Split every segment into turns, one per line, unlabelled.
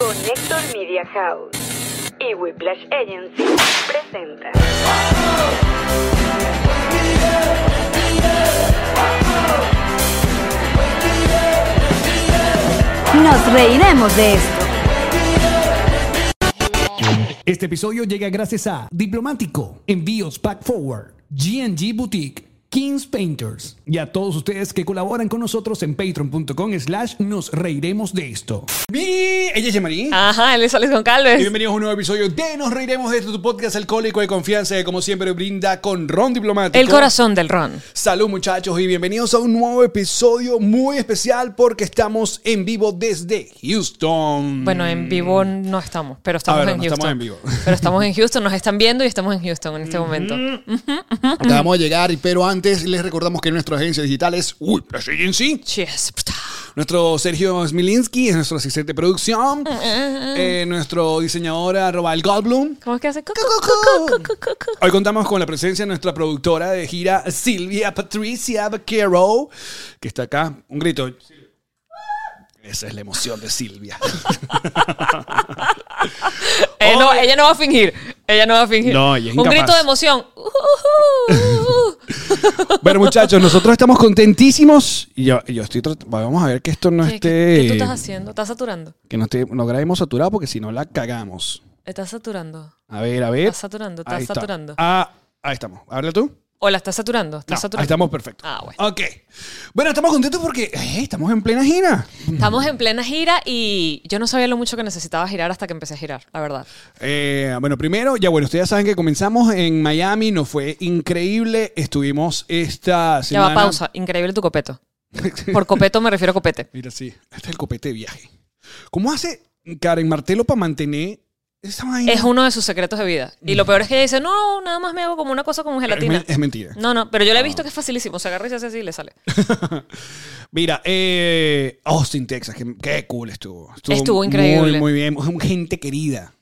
Connector Media House y Whiplash Agency presenta.
Nos reiremos de esto.
Este episodio llega gracias a Diplomático, Envíos Pack Forward, GNG Boutique, Kings Painters y a todos ustedes que colaboran con nosotros en patreon.com slash nos reiremos de esto. Mi, ella es Yamari.
Ajá, él es Alex
Y
Goncalves.
bienvenidos a un nuevo episodio de Nos Reiremos de esto, tu podcast alcohólico de confianza que como siempre brinda con Ron Diplomático.
El corazón del ron.
Salud muchachos y bienvenidos a un nuevo episodio muy especial porque estamos en vivo desde Houston.
Bueno, en vivo no estamos, pero
Ah,
estamos
bueno,
en
no
Houston.
estamos en vivo.
Pero estamos en Houston, nos están viendo y estamos en Houston en este momento.
Acabamos de llegar, pero antes les recordamos que nuestra agencia digital es Whiplash Agency.
Cheers.
Nuestro Sergio Smilinski es nuestro asistente de
Ah,
producción. Eh, nuestro diseñador arroba el Goldblum.
¿Cómo es que hace? Cu, cu,
Cucu.
cu, cu, cu, cu.
Hoy contamos con la presencia de nuestra productora de gira, Silvia Patricia Vaquero, que está acá. Un grito. Esa es la emoción de Silvia.
Eh, no,
Hoy-
ella no va a fingir. Ella no va a fingir.
No, ella es
Un
incapaz.
grito de emoción. Uh,
bueno, muchachos, nosotros estamos contentísimos. Y yo, yo estoy trat- Vamos a ver que esto no
¿Qué,
esté.
qué- qué tú estás haciendo? ¿Estás saturando?
que no, esté, no grabemos saturado porque si no la cagamos.
¿Estás saturando?
A ver, a ver.
Estás saturando, estás
Ahí está.
saturando.
Ah, ahí estamos. Habla tú.
Hola, ¿estás saturando? ¿Estás
No, ahí
saturando?
estamos perfecto.
Ah, bueno.
Ok. Bueno, estamos contentos porque eh, estamos en plena gira.
Estamos en plena gira y yo no sabía lo mucho que necesitaba girar hasta que empecé a girar, la verdad.
Eh, bueno, primero, ya bueno, ustedes saben que comenzamos en Miami, nos fue increíble. Estuvimos esta
Ya
semana.
va, pausa. Increíble tu copeto. Por copeto me refiero a copete.
Mira, sí, este es el copete de viaje. ¿Cómo hace Karen Martelo para mantener esa vaina?
Es uno de sus secretos de vida. Y lo peor es que ella dice, no, nada más me hago como una cosa con
men-
gelatina.
Mm. es Ah. mentira.
No, no, pero yo le he visto que es facilísimo. Se agarra y se hace así y le sale.
Mira, eh, Austin, Texas, que- qué cool estuvo.
Estuvo
muy,
increíble.
Muy, bien, gente querida.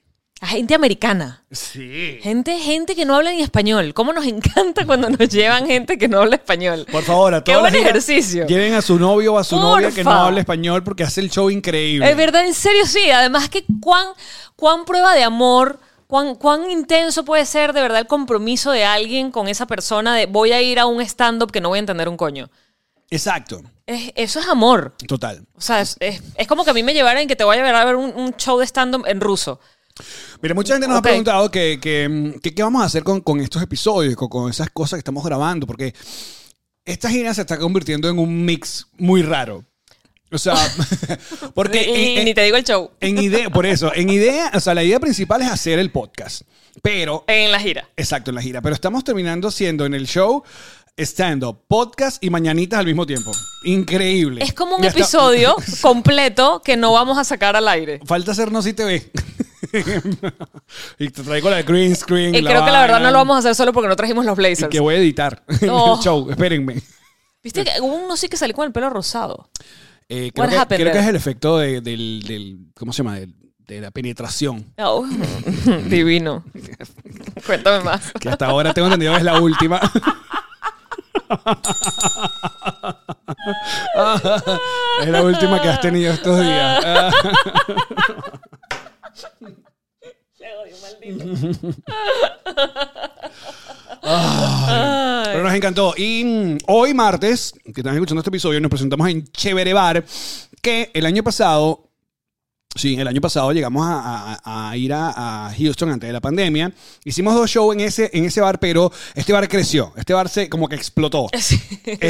A gente americana.
Sí.
Gente, gente que no habla ni español. ¿Cómo nos encanta cuando nos llevan gente que no habla español?
Por favor, a
Qué
todos.
buen ejercicio.
Lleven a su novio o a su
Porfa.
novia que no hable español porque hace el show increíble.
Es verdad, en serio sí. Además que cuán, cuán prueba de amor, cuán, cuán intenso puede ser de verdad el compromiso de alguien con esa persona de voy a ir a un stand-up que no voy a entender un coño.
Exacto.
Es- eso es amor.
Total.
O sea, es, es- es como que a mí me llevaran que te voy a llevar a ver un, un show de stand-up en ruso.
Mira, mucha gente nos
Ok.
ha preguntado que, que, mm, que qué vamos a hacer con, con estos episodios, con, con esas cosas que estamos grabando, porque esta gira se está convirtiendo en un mix muy raro. O sea, porque... eh,
Y,
en-
ni te digo el show.
en idea, por eso, en idea, o sea, la idea principal es hacer el podcast, pero
En la gira.
Exacto, en la gira. Pero estamos terminando haciendo en el show stand-up, podcast y mañanitas al mismo tiempo. Increíble.
Es como un
Ya está.
episodio completo que no vamos a sacar al aire.
Falta hacernos si te ve. y te traigo la green screen.
Y creo que la verdad no lo
a
vamos a hacer solo porque no trajimos los
hacer.
blazers.
Que voy a editar
No.
el show, espérenme.
Viste que hubo uno sí que salió con el pelo rosado.
Eh,
What
creo, que,
happened
creo que
there?
es el efecto de- del, del- ¿cómo se llama? Del- De, la penetración.
Oh, divino. Cuéntame más.
Que hasta ahora tengo entendido que es la última. es la última que has tenido estos días. Pero nos encantó. Y mm, hoy martes, que están escuchando este episodio, nos presentamos en Chévere Bar, que el año pasado, sí, el año pasado llegamos a, a- a ir a, a Houston antes de la pandemia. Hicimos dos shows en ese, en ese bar, pero este bar creció. Este bar se como que explotó. Es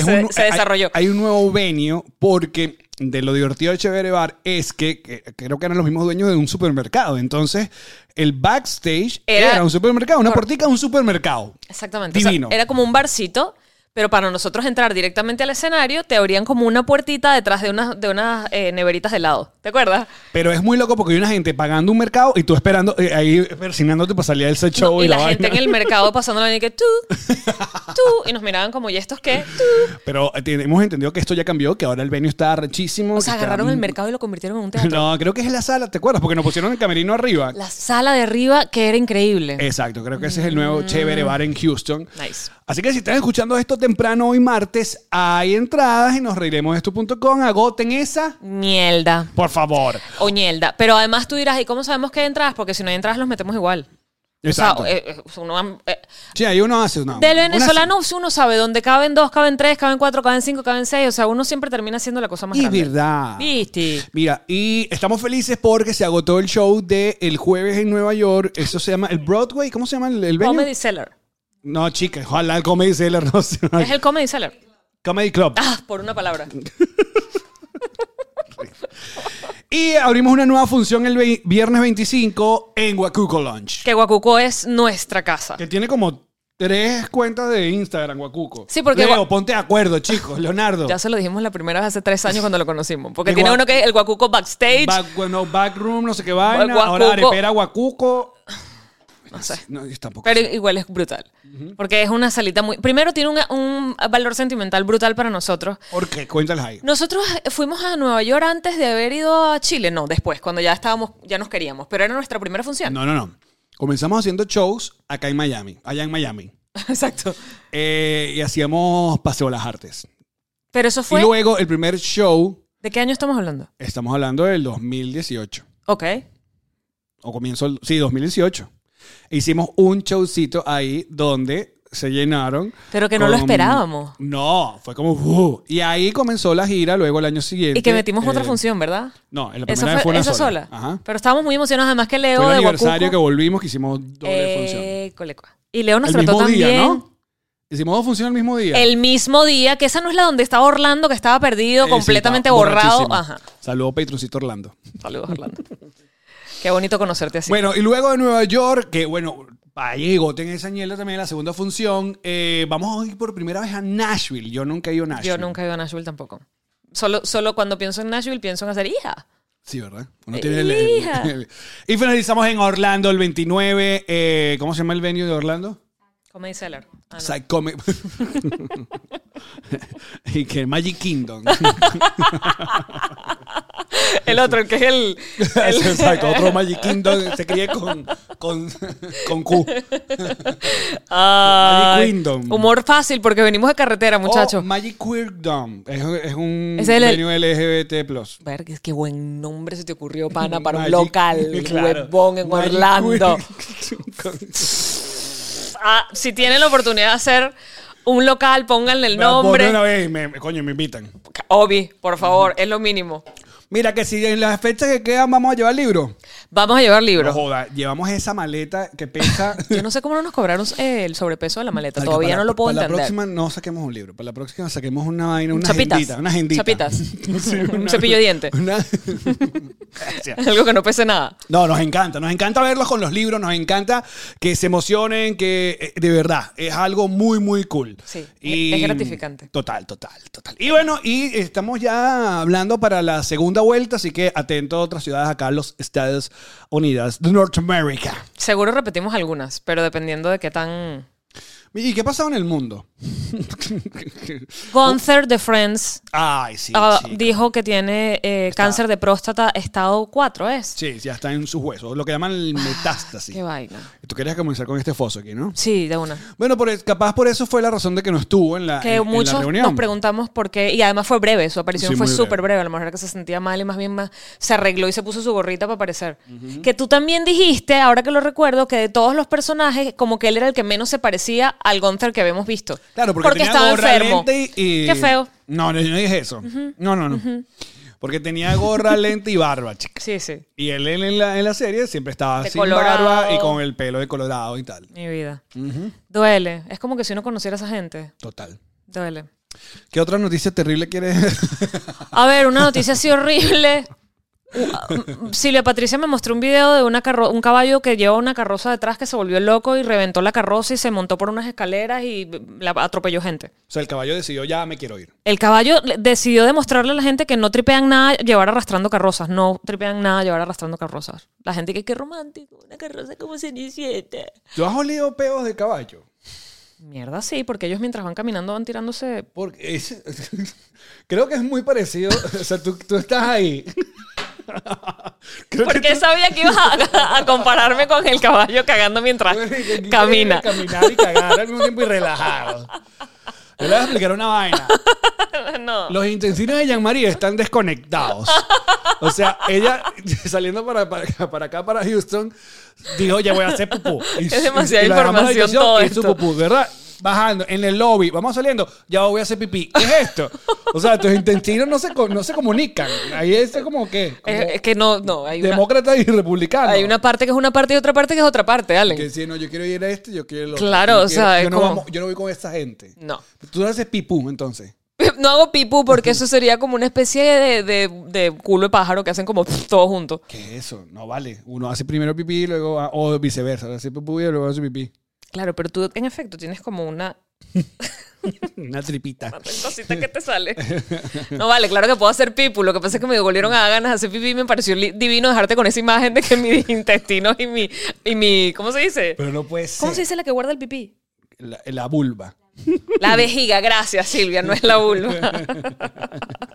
se,
un-
se
hay-
desarrolló.
Hay, un nuevo venio porque de lo divertido de Chévere Bar es que, que creo que eran los mismos dueños de un supermercado. Entonces, el backstage era,
Era-
un supermercado, una
Cor-
portica de un supermercado.
Exactamente. O sea,
Divino.
era como un barcito, pero para nosotros entrar directamente al escenario, te abrían como una puertita detrás de unas, de unas eh, neveritas de helado. ¿Te acuerdas?
Pero es muy loco porque hay una gente pagando un mercado y tú esperando, eh, ahí persignándote para salir del set show
No,
y,
y la,
vaina.
gente en el mercado pasándola y que tú, tú, y nos miraban como, ¿y estos qué? Tú.
Pero eh, hemos entendido que esto ya cambió, que ahora el venio está rechísimo.
O
que
sea,
está-
agarraron el mercado y lo convirtieron en un teatro.
No, creo que es la sala, ¿te acuerdas? Porque nos pusieron el camerino arriba.
La sala de arriba, que era increíble.
Exacto, creo que ese es el nuevo chévere bar en Houston.
Mm. Nice.
Así que si están escuchando esto temprano hoy martes, hay entradas en nosreiremosesto.com. Agoten esa,
Mierda.
por favor.
Oñelda. Pero además tú dirás, ¿y cómo sabemos que hay entradas? Porque si no hay entradas, los metemos igual. O sea,
Exacto.
eh, eh, uno, eh,
sí, ahí uno hace una.
del
una-
venezolano uno sabe dónde caben dos, caben tres, caben cuatro, caben cinco, caben seis. O sea, uno siempre termina haciendo la cosa más
Y
grande.
verdad.
¿Viste?
Mira, y estamos felices porque se agotó el show de el jueves en Nueva York. Eso se llama el Broadway. ¿Cómo se llama el, el venue?
Comedy Seller.
No, chica, ojalá el Comedy Cellar no sea-
Es el Comedy Seller.
Comedy Club.
Ah, por una palabra.
Y abrimos una nueva función el ve- viernes 25 en Wakuko Lunch.
Que Guacuco es nuestra casa.
Que tiene como tres cuentas de Instagram, Wakuko.
Sí, porque
Leo,
Gua-
ponte de acuerdo, chicos. Leonardo.
Ya se lo dijimos la primera vez hace tres años cuando lo conocimos. Porque
Que
tiene
Guac-
uno que es el Guacuco Backstage.
Back, bueno, backroom, no sé qué vaina.
Guacuco.
Ahora arepera Wakuko.
no sé.
No, yo tampoco.
Pero igual es brutal. Porque es una salita muy... Primero tiene un, un valor sentimental brutal para nosotros.
¿Por qué? Cuéntales ahí.
Nosotros fuimos a Nueva York antes de haber ido a Chile. No, después, cuando ya estábamos, ya nos queríamos. Pero era nuestra primera función.
No, no, no. Comenzamos haciendo shows acá en Miami, allá en Miami.
Exacto.
Eh, y hacíamos Paseo a las Artes.
Pero eso
Y
fue...
luego el primer show,
¿De qué año estamos hablando?
estamos hablando del 2018.
Ok.
O comienzo, el- sí, 2018. Hicimos un showcito ahí donde se llenaron.
Pero que no lo esperábamos.
No, fue como... "Uh". y ahí comenzó la gira, luego el año siguiente.
Y que metimos otra
eh,
función, ¿verdad?
No, en la
Eso
primera vez
fue,
fue una
esa
sola.
sola.
Ajá.
Pero estábamos muy emocionados. Además que Leo
Fue el
de
aniversario que
Guacuco...
volvimos que hicimos doble función.
Eh, colecua. Y Leo nos
El
trató
mismo
también.
día, ¿no? Hicimos dos funciones el mismo día.
El mismo día, que esa no es la donde estaba Orlando, que estaba perdido,
Eh,
completamente
sí, estaba
borrado.
borrachísimo.
Ajá.
Saludos, Patroncito Orlando.
Saludos, Orlando. Qué bonito conocerte así.
Bueno, y luego de Nueva York, que bueno, vaya y goten esa ñelda también la segunda función. eh, vamos a ir por primera vez a Nashville. Yo nunca he ido a Nashville.
Yo nunca he ido a Nashville tampoco. Solo, solo cuando pienso en Nashville pienso en hacer hija.
Sí, ¿verdad? Uno tiene el- el-
Hija.
el- Y finalizamos en Orlando el 29. eh, ¿Cómo se llama el venue de Orlando?
Comedy Seller. Ah, no.
Psych Comic. y que Magic Kingdom.
El otro, el que es el... el-
Exacto, otro Magic Kingdom se cría con, con, con Q.
Ay,
Magic Kingdom. Oh,
humor fácil porque venimos de carretera,
O
muchachos.
Magic Queerdom. Es, es un
Es el-
venue LGBT+. Plus.
Ver, qué- qué buen nombre se te ocurrió, pana, para un
Magic-
local,
claro.
huevón, en
Magic
Orlando.
Queer-
Ah, si tienen la oportunidad de hacer un local, pónganle el
Bueno,
nombre.
ponme una vez y me- me- coño, me invitan.
Obi, por favor, es lo mínimo.
Mira, que si en las fechas que quedan vamos a llevar libro.
Vamos a llevar
No
libros.
joda, llevamos esa maleta que pesa.
Yo no sé cómo no nos cobraron eh, el sobrepeso de la maleta.
Marica,
Todavía
para-
no lo puedo
Para
entender.
la próxima no saquemos un libro. Para la próxima saquemos una vaina, una
Chapitas.
agendita. Una agendita.
Chapitas.
Sí,
Un cepillo de diente.
una- Gracias.
Algo que no pese nada.
No, nos encanta, nos encanta verlos con los libros, nos encanta que se emocionen, que eh, de verdad es algo muy, muy cool.
Sí, es gratificante.
Total, total, total. Y bueno, y estamos ya hablando para la segunda vuelta, así que atento a otras ciudades acá, los Estados Unidos de Norteamérica.
Seguro repetimos algunas, pero dependiendo de qué tan.
¿Y qué ha pasado en el mundo?
Gunther de Friends
Ay, sí.
ah,
chica.
dijo que tiene eh, cáncer de próstata estado 4, ¿es?
Sí, ya está en sus huesos, lo que llaman el metástasis.
Ah, Qué vaina.
Tú querías comenzar con este foso aquí, ¿no?
Sí, de una.
Bueno, por, capaz por eso fue la razón de que no estuvo en la,
Que
Ah, en- en la
muchos
reunión.
nos preguntamos por qué. Y además fue breve, su aparición
Sí,
fue
muy
súper
breve.
breve. A lo mejor que se sentía mal y más bien más, se arregló y se puso su gorrita para aparecer. Que tú también dijiste, ahora que lo recuerdo, que de todos los personajes, como que él era el que menos se parecía al Gunther que habíamos visto.
Claro, porque, tenía gorra, lente y, y-
Qué feo.
No, no, yo no dije eso. No, no, no. Porque tenía gorra, lente y barba, chica.
Sí, sí.
Y él en en la, en la serie siempre estaba
De
sin
colorado.
barba y con el pelo de colorado y tal.
Mi vida. Duele. Es como que si uno conociera a esa gente.
Total.
Duele.
¿Qué otra noticia terrible quieres?
A ver, una noticia así horrible. Uh, Silvia Patricia me mostró un video de una carro- un caballo que lleva una carroza detrás que se volvió loco y reventó la carroza y se montó por unas escaleras y la atropelló gente.
o sea, el caballo decidió, ya me quiero ir.
El caballo le- decidió demostrarle a la gente que no tripean nada llevar arrastrando carrozas. No tripean nada llevar arrastrando carrozas. La gente que qué romántico, una carroza como cenicienta.
¿Tú has olido peos de caballo?
Mierda, sí, porque ellos mientras van caminando van tirándose.
Porque es- creo que es muy parecido. o sea, tú, tú estás ahí. Creo que
Porque
tú-
sabía que ibas a, a compararme con el caballo cagando mientras camina.
Caminar y cagar al mismo tiempo y relajado. Yo le voy a explicar una vaina.
No.
Los intestinos de Jean-Marie están desconectados. O sea, ella saliendo para, para, para acá, para Houston, dijo, ya voy a hacer pupú. Y-
Es demasiada
y la dejamos en la
información
habitación
todo
y hizo
esto.
pupú, ¿verdad? Bajando en el lobby, vamos saliendo, ya voy a hacer pipí. ¿Qué es esto? O sea, tus intestinos no se, co- no se comunican. Ahí es como que... como
Eh, Es, es que no, no, hay una,
demócrata y republicano.
hay una parte que es una parte y otra parte que es otra parte, Allen.
Que decía, no, yo quiero ir a este, yo quiero ir al otro.
Claro,
Yo
o
quiero-
sea,
yo
es
no,
como-
vamos- yo no voy con esta gente.
No.
Tú haces pipú, entonces.
No hago pipú porque eso sería como una especie de, de- de culo de pájaro que hacen como todos juntos.
¿Qué es eso? No vale. Uno hace primero pipí, luego. va- O viceversa. Hace pipú y luego hace pipí.
Claro, pero tú en efecto tienes como una
Una tripita.
cosita que te sale. No vale, claro que puedo hacer pipú. Lo que pasa es que me devolvieron a ganas de hacer pipí y me pareció li- divino dejarte con esa imagen de que mis intestinos y mi, y mi. ¿Cómo se dice?
Pero no puede
¿Cómo
ser.
se dice la que guarda el pipí?
La, la vulva.
La vejiga, gracias Silvia, no es la vulva.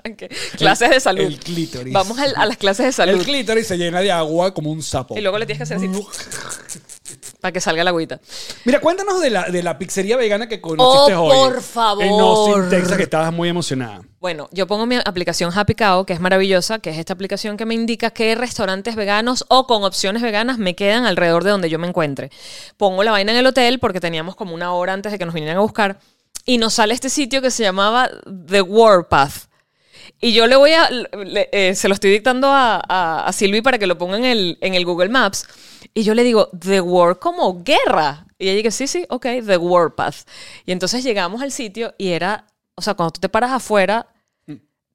Ok, Clases de salud.
El clítoris.
Vamos al- a las clases de salud.
El clítoris se llena de agua como un sapo.
Y luego le tienes que hacer así. para que salga la agüita.
Mira, cuéntanos de la, de la pizzería vegana que conociste
Oh,
hoy.
por favor.
En Austin, Texas, que estabas muy emocionada.
Bueno, yo pongo mi aplicación Happy Cow, que es maravillosa, que es esta aplicación que me indica qué restaurantes veganos o con opciones veganas me quedan alrededor de donde yo me encuentre. Pongo la vaina en el hotel porque teníamos como una hora antes de que nos vinieran a buscar y nos sale este sitio que se llamaba The Warpath. Y yo le voy a, le- eh, se lo estoy dictando a, a, a Silvi para que lo ponga en el, en el Google Maps. Y yo le digo, The War como guerra. Y ella dice, sí, sí, ok, The Warpath. Y entonces llegamos al sitio y era, o sea, cuando tú te paras afuera,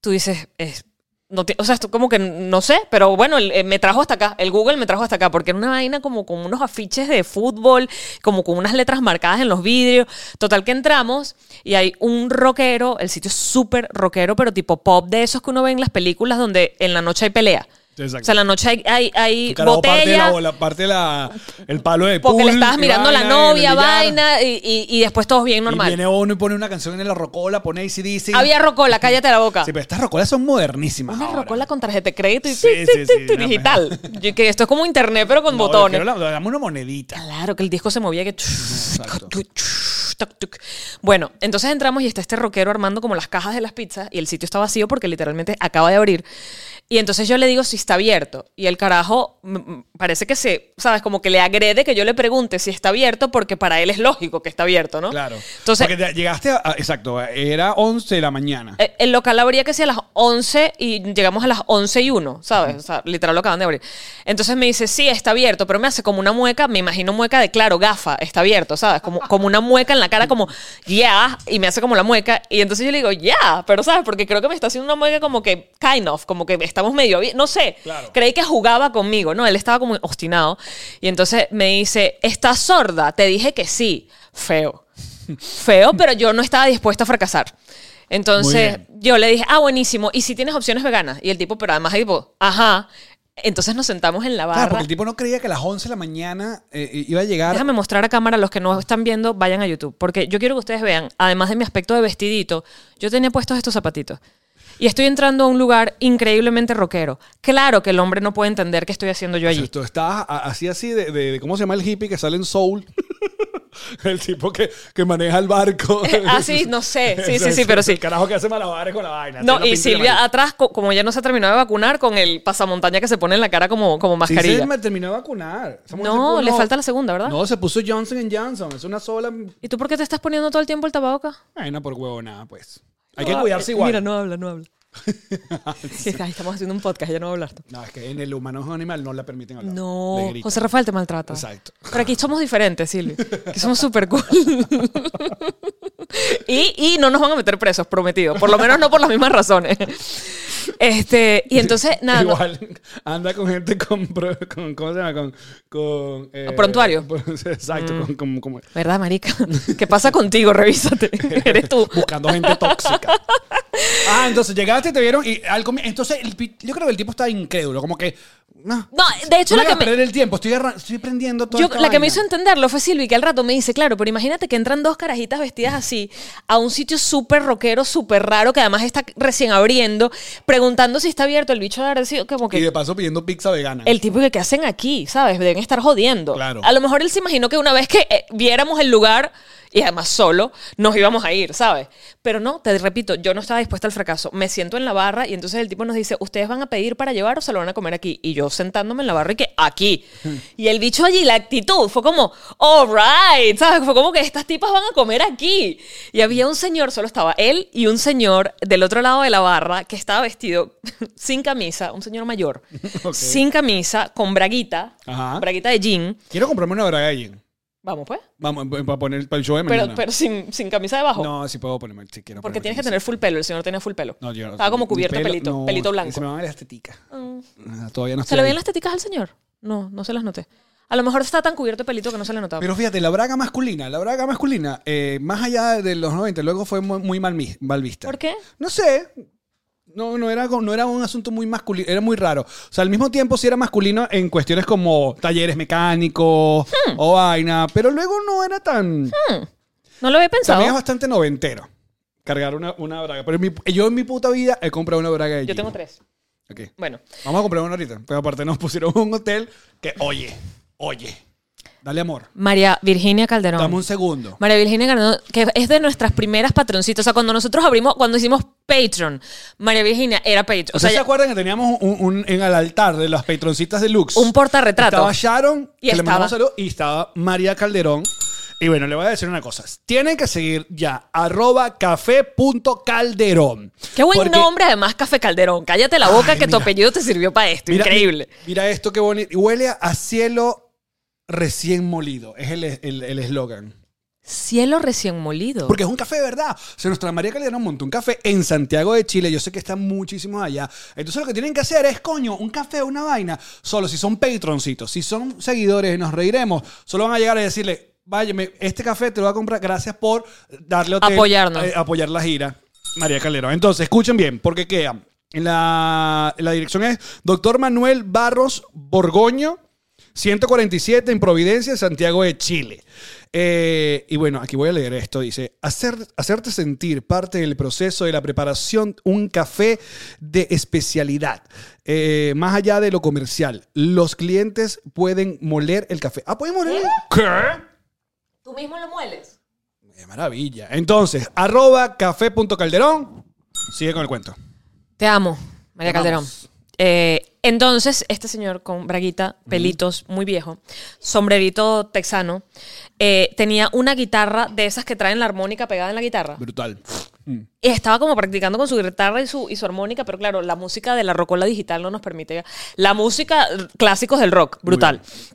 tú dices, es, no ti- o sea, esto como que no sé, pero bueno, el- eh, me trajo hasta acá, el Google me trajo hasta acá, porque era una vaina como con unos afiches de fútbol, como con unas letras marcadas en los vidrios. Total que entramos y hay un rockero, el sitio es súper rockero, pero tipo pop de esos que uno ve en las películas donde en la noche hay pelea.
Exacto.
O sea, en la noche hay, hay, hay
Carajo, parte de
botella.
la, la parte de la. El palo de
Porque le
pool,
estabas
y
mirando a la
vaina, y
novia,
el billar.
vaina, y, y- y después todo bien
Y
normal.
viene uno y pone una canción en la rocola, pone ACDC.
Había rocola, cállate la boca.
Sí, pero estas rocolas son modernísimas.
Una
ahora.
rocola con tarjeta de crédito y
Sí, sí,
tic, tic,
sí,
tic, tic,
no,
digital. Yo- que esto es como internet, pero con
No, yo
botones.
quiero la- Dame una monedita.
Claro, que el disco se movía que... Bueno, entonces entramos y está este rockero armando como las cajas de las pizzas y el sitio está vacío porque literalmente acaba de abrir. Y entonces yo le digo si está abierto. Y el carajo mm, mm, parece que se, ¿sabes? Como que le agrede que yo le pregunte si está abierto porque para él es lógico que está abierto, ¿no?
Claro.
Entonces,
Porque te- llegaste a, a- Exacto, era 11 de la mañana.
Eh, El local abría que sí a las 11 y llegamos a las 11 y 1, ¿sabes? O sea, literal lo acaban de abrir. Entonces me dice, sí, está abierto, pero me hace como una mueca, me imagino mueca de, claro, gafa, está abierto, ¿sabes? Como, como una mueca en la cara, como, yeah, y me hace como la mueca. Y entonces yo le digo, yeah, pero ¿sabes? Porque creo que me está haciendo una mueca como que, kind of, como que estamos medio, abi- no sé,
Claro.
creí que jugaba conmigo, ¿no? Él estaba como obstinado. Y entonces me dice, ¿estás sorda? Te dije que sí, feo feo, pero yo no estaba dispuesta a fracasar. Entonces
Muy
yo le dije, ah, buenísimo, y si tienes opciones veganas. Y el tipo, pero además, tipo, ajá. Entonces nos sentamos en la barra.
Claro, porque el tipo no creía que a las 11 de la mañana eh, eh, iba a llegar.
Déjame mostrar a cámara, los que no están viendo, vayan a YouTube. Porque yo quiero que ustedes vean, además de mi aspecto de vestidito, yo tenía puestos estos zapatitos. Y estoy entrando a un lugar increíblemente rockero. Claro que el hombre no puede entender qué estoy haciendo yo allí.
Tú estabas a- así, así de, de- de- ¿Cómo se llama el hippie que sale en Soul? el tipo que, que maneja el barco.
Ah, sí, no sé. Sí,
Eso
sí,
es,
sí, pero
el
sí.
carajo que hace malabares con la vaina.
No,
hace la
y
pinta la
Silvia ah,
vaina.
atrás, co- como ya no se ha terminado de vacunar, con el pasamontaña que se pone en la cara como, como
Sí,
mascarilla.
se me terminó de vacunar. Esa mujer se
No,
puso-
le falta la segunda, ¿verdad?
No, se puso Johnson Johnson. Es una sola.
¿Y tú por qué te estás poniendo todo el tiempo el tapaboca?
Vaina por huevo, nada, pues. Hay que cuidarse igual.
Ah, eh, Mira, no habla, no habla. Que, ay, estamos haciendo un podcast, ya no va a hablar. tú.
No, es que en el humano es un animal no la permiten hablar. Le
No,
gritan.
José Rafael te maltrata.
Exacto.
Pero aquí somos diferentes, Silvia. Que somos súper cool. y, y no nos van a meter presos, prometido. Por lo menos no por las mismas razones. Este, y entonces, nada. no-
Igual anda con gente con, pro- con- ¿cómo se llama? Con, con eh,
Prontuario. Mm.
por- Exacto, con, con- como-
¿Verdad, marica? ¿Qué pasa contigo? Revísate. Eres tú.
buscando gente tóxica. Ah, entonces llegaste, te vieron y al comi- Entonces, el pi- yo creo que el tipo está incrédulo, como que. No,
No, de hecho,
no voy
la que
a
me-
perder el tiempo, estoy, arran- estoy prendiendo todo.
Yo- la que me hizo entenderlo fue Silvi, que al rato me dice, claro, pero imagínate que entran dos carajitas vestidas así a un sitio súper rockero, súper raro, que además está recién abriendo, preguntando si está abierto. El bicho de haber sido como
Y
que...
de paso pidiendo pizza vegana.
El tipo que, ¿qué hacen aquí? ¿Sabes? Deben estar jodiendo.
Claro.
A lo mejor él se imaginó que una vez que eh, viéramos el lugar, y además solo, nos íbamos a ir, ¿sabes? Pero no, te repito, yo no estaba dispuesta al fracaso. Me siento en la barra y entonces el tipo nos dice, ¿ustedes van a pedir para llevar o se lo van a comer aquí? Y yo sentándome en la barra y que, aquí. Y el bicho allí, la actitud, fue como, all right, ¿sabes? Fue como que estas tipas van a comer aquí. Y había un señor, solo estaba él y un señor del otro lado de la barra que estaba vestido sin camisa, un señor mayor,
Ok.
sin camisa, con braguita,
Ajá.
braguita de jean.
Quiero comprarme una braga de jean.
Vamos, pues.
Vamos, eh, pa- para poner para el show de
Pero,
mañana.
pero sin, sin camisa debajo.
no, si puedo ponerme, si quiero ponerme
porque tienes que
camisa.
tener full pelo. El señor tenía full pelo.
No, yo no-
Estaba como
mi
cubierto de
pelo-
pelito,
no,
pelito
Se
blanco. Mm.
me van las teticas. Ah, Todavía no
¿Se
estoy
le
ahí.
veían las teticas al señor? No, no se las noté. A lo mejor está tan cubierto de pelito que no se le notaba.
Pero fíjate, la braga masculina, la braga masculina, eh, más allá de los 90, luego fue muy, muy mal, mis- mal vista.
¿Por qué?
No sé. No, no, era, como- no era un asunto muy masculino, era muy raro. O sea, al mismo tiempo sí era masculino en cuestiones como talleres mecánicos
Hmm.
o vaina, pero luego no era tan...
No lo había
También es
pensado.
bastante noventero cargar una, una braga. Pero en mi- yo en mi puta vida he comprado una braga de
Yo tengo
jean.
tres.
Ok.
Bueno,
Vamos a comprar una ahorita. Pero aparte nos pusieron un hotel que, oye, oye, dale amor.
María Virginia Calderón.
Dame un segundo.
María Virginia Calderón, que es de nuestras primeras patroncitas. O sea, cuando nosotros abrimos, cuando hicimos Patreon, María Virginia era Patreon. O sea,
¿Ustedes se
ella-
acuerdan que teníamos un, un- en el altar de las patroncitas de Lux?
Un portarretrato.
Estaba Sharon,
Y
que le mandamos
estaba-
saludos, y estaba María Calderón. Y bueno, le voy a decir una cosa. Tienen que seguir ya, arroba café.calderón.
Qué buen
Porque-
nombre, además, Café Calderón. Cállate la boca
Ay,
que tu
mira.
apellido te sirvió para esto.
Mira-
Increíble.
mi- Mira esto, qué bonito. Huele a- a cielo recién molido. Es el el- el eslogan.
Cielo recién molido.
Porque es un café de verdad. Se nuestra María Calderón montó un café en Santiago de Chile. Yo sé que están muchísimos allá. Entonces lo que tienen que hacer es, coño, un café, una vaina. Solo si son patroncitos, si son seguidores, nos reiremos. Solo van a llegar a decirle, váyame, este café te lo voy a comprar. Gracias por darle hotel,
Apoyarnos.
eh, apoyar la gira. María Calderón. Entonces, escuchen bien, porque quedan. En la, en la dirección es Doctor Manuel Barros Borgoño. 147 en Providencia, Santiago de Chile. Eh, y bueno, aquí voy a leer esto. Dice, "Hacer- hacerte sentir parte del proceso de la preparación un café de especialidad. Eh, más allá de lo comercial, los clientes pueden moler el café. Ah, pueden moler. ¿Qué?
¿Tú mismo lo mueles?
Qué maravilla. Entonces, arroba café.calderón. Sigue con el cuento.
Te amo, María
Te
Calderón.
amamos.
Eh, entonces, este señor con braguita, pelitos, muy viejo, sombrerito texano, eh, tenía una guitarra de esas que traen la armónica pegada en la guitarra.
Brutal.
Y estaba como practicando con su guitarra y su, y su armónica, pero claro, la música de la rocola digital no nos permite. La música, eh, clásicos del rock, brutal.
Sí,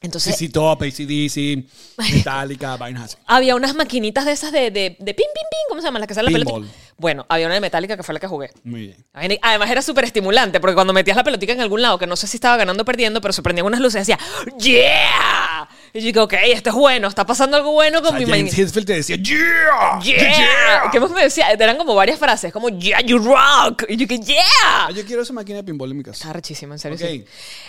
Entonces,
sí, top, ACDC, Metallica, vainas así.
Había unas maquinitas de esas de, de, de pin, pin, pin, ¿cómo se llaman? Las que salen la pelota.
Pinball.
Bueno, había una de Metallica que fue la que jugué.
Muy bien.
Además era súper estimulante, porque cuando metías la pelotita en algún lado, que no sé si estaba ganando o perdiendo, pero se prendían unas luces y decía, ¡Yeah! Y yo digo, ok, esto es bueno, está pasando algo bueno con
O sea,
mi
James
maquinita.
Hetfield te decía, ¡Yeah!
¡Yeah! ¿Qué más me decía? Eran como varias frases, como, ¡Yeah, you rock! Y yo que, ¡Yeah!
Ah, yo quiero esa máquina de pinball en mi casa.
Está rechísimo, en serio.
Ok.
sí.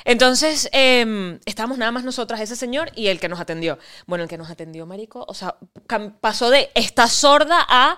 Entonces, eh, estábamos nada más nosotras, ese señor y el que nos atendió. Bueno, el que nos atendió, Marico, o sea, cam- pasó de está sorda a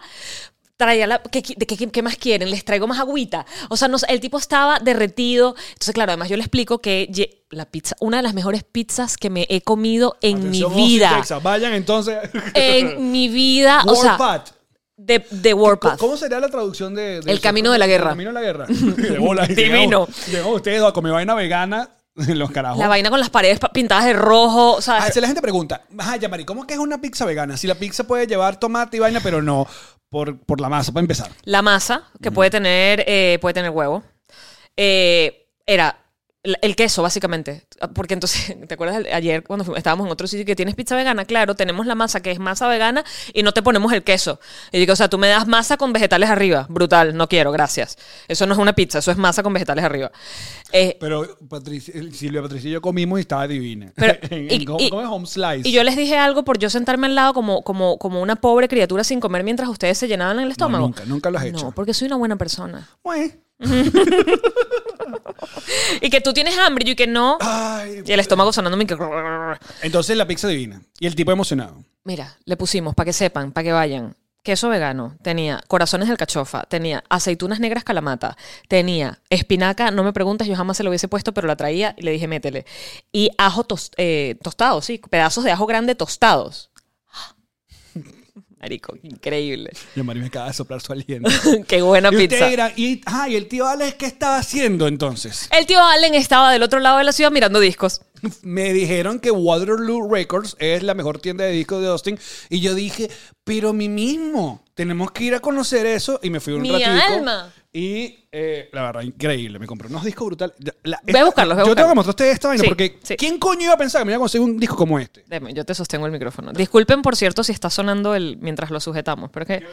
traía la, ¿qué, qui- de qué, qué más quieren? Les traigo más agüita. O sea, no sé, el tipo estaba derretido. Entonces, claro, además yo le explico que ye- la pizza, una de las mejores pizzas que me he comido en
Atención,
mi vida.
Austin, Texas. Vayan entonces.
En mi vida, o sea,
Warpath.
de, de Warpath.
¿Cómo sería la traducción de, de
El
eso?
camino de la guerra.
El camino de la guerra. De bola, y
Divino.
llegamos- Llegó ustedes a comer vaina vegana en los carajos.
La vaina con las paredes pa- pintadas de rojo, o sea,
Ah, si la gente pregunta, "Ajá, ya, Mari, ¿cómo que es una pizza vegana? Si la pizza puede llevar tomate y vaina, pero no por, por la masa, para empezar.
La masa, que puede tener, eh, puede tener huevo, eh, era el, el queso, básicamente. Porque entonces, ¿te acuerdas el- ayer cuando fuimos- estábamos en otro sitio que tienes pizza vegana? Claro, tenemos la masa que es masa vegana y no te ponemos el queso. Y digo, o sea, tú me das masa con vegetales arriba. Brutal, no quiero, gracias. Eso no es una pizza, eso es masa con vegetales arriba. Eh,
Pero Patricia, el- Silvia Patricia y yo comimos y estaba divina.
Pero-
En-
y-
en- ¿Cómo
y-
cómo es home slice?
y yo les dije algo por yo sentarme al lado como, como, como una pobre criatura sin comer mientras ustedes se llenaban el estómago.
nunca, nunca lo has hecho.
No, porque soy una buena persona.
Bueno.
Y que tú tienes hambre y yo y que no.
Ay,
Y el estómago sonándome y que...
Entonces la pizza divina. Y el tipo emocionado.
Mira, le pusimos, para que sepan, para que vayan, queso vegano, tenía corazones del cachofa, tenía aceitunas negras calamata, tenía espinaca, no me preguntes, yo jamás se lo hubiese puesto, pero la traía y le dije, métele. Y ajo tos- eh, tostado, sí, pedazos de ajo grande tostados. Marico, increíble.
Y María me acaba de soplar su aliento.
Qué buena
y,
pizza.
usted era- y, ah, y el tío Alex, ¿qué estaba haciendo entonces?
El tío Allen estaba del otro lado de la ciudad mirando discos.
Me dijeron que Waterloo Records es la mejor tienda de discos de Austin. Y yo dije, pero mi mismo, tenemos que ir a conocer eso. Y me fui un
Mi
ratito.
alma.
Y eh, la verdad, increíble. Me compré unos discos brutales. La-
Ve a buscarlos, ve a
Yo tengo
buscarlos.
que mostrar a ustedes esta vaina.
Sí,
porque
sí.
¿quién coño iba a pensar que me iba a conseguir un disco como este?
Deme, yo te sostengo el micrófono. Disculpen, por cierto, si está sonando el mientras lo sujetamos, pero es que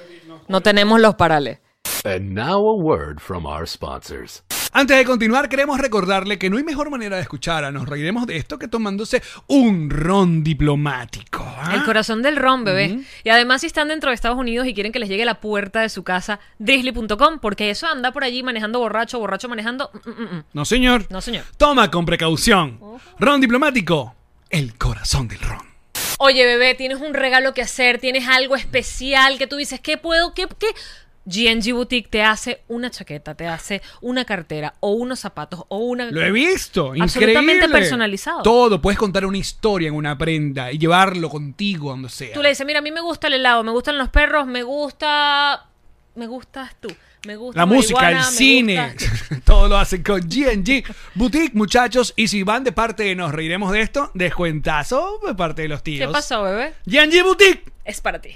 no tenemos los parales.
And now a word from our sponsors.
Antes de continuar, queremos recordarle que no hay mejor manera de escuchar a Nos Reiremos de esto que tomándose un ron diplomático. ¿ah?
El corazón del ron, bebé. Y además, si están dentro de Estados Unidos y quieren que les llegue a la puerta de su casa, drizzly.com, porque eso anda por allí manejando borracho, borracho manejando. mm, mm, mm.
No, señor.
No, señor.
Toma con precaución. Ron diplomático, el corazón del ron.
Oye, bebé, tienes un regalo que hacer, tienes algo especial que tú dices, ¿qué puedo? ¿Qué? qué? GNG Boutique te hace una chaqueta, te hace una cartera o unos zapatos o una...
Lo he visto, increíble.
Absolutamente personalizado.
Todo, puedes contar una historia en una prenda y llevarlo contigo donde sea.
Tú le dices, mira, a mí me gusta el helado, me gustan los perros, me gusta... Me gustas tú, me gusta
la música, el
marihuana, me
cine,
gusta-
todo lo hacen con GNG Boutique, muchachos. Y si van de parte de nos reiremos de esto, descuentazo de parte de los tíos.
¿Qué pasó, bebé?
GNG Boutique,
Es para ti.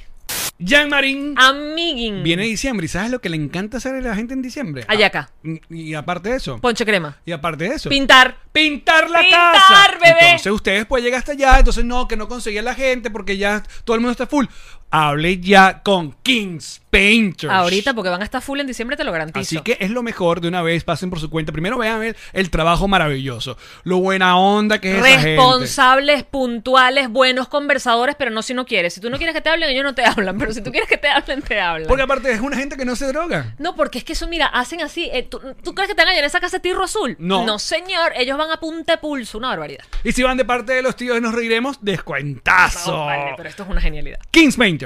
Jean Marín.
Ah. Amiguin.
Viene diciembre y ¿sabes lo que le encanta hacer a la gente en diciembre?
Ayaca.
Y y aparte de eso.
Ponche crema.
Y aparte de eso.
Pintar.
Pintar la
Pintar,
casa.
bebé.
Entonces ustedes pues llegan hasta allá, entonces no, que no conseguía la gente porque ya todo el mundo está full. Hable ya con Kings Painters.
Ahorita, porque van a estar full en diciembre, te lo garantizo.
Así que es lo mejor de una vez, pasen por su cuenta. Primero vean el, el trabajo maravilloso, lo buena onda que es esa gente.
Responsables, puntuales, buenos conversadores, pero no si no quieres. Si tú no quieres que te hablen, ellos no te hablan. Pero si tú quieres que te hablen, te hablan.
Porque aparte es una gente que no se droga.
No, porque es que eso, mira, hacen así. eh, ¿tú, tú crees que te van a llenar esa casa de tirro azul?
No.
No, señor. Ellos van a punta de pulso. Una barbaridad.
Y si van de parte de los tíos y nos reiremos, descuentazo.
No, vale, pero esto es una genialidad.
Kings Painters.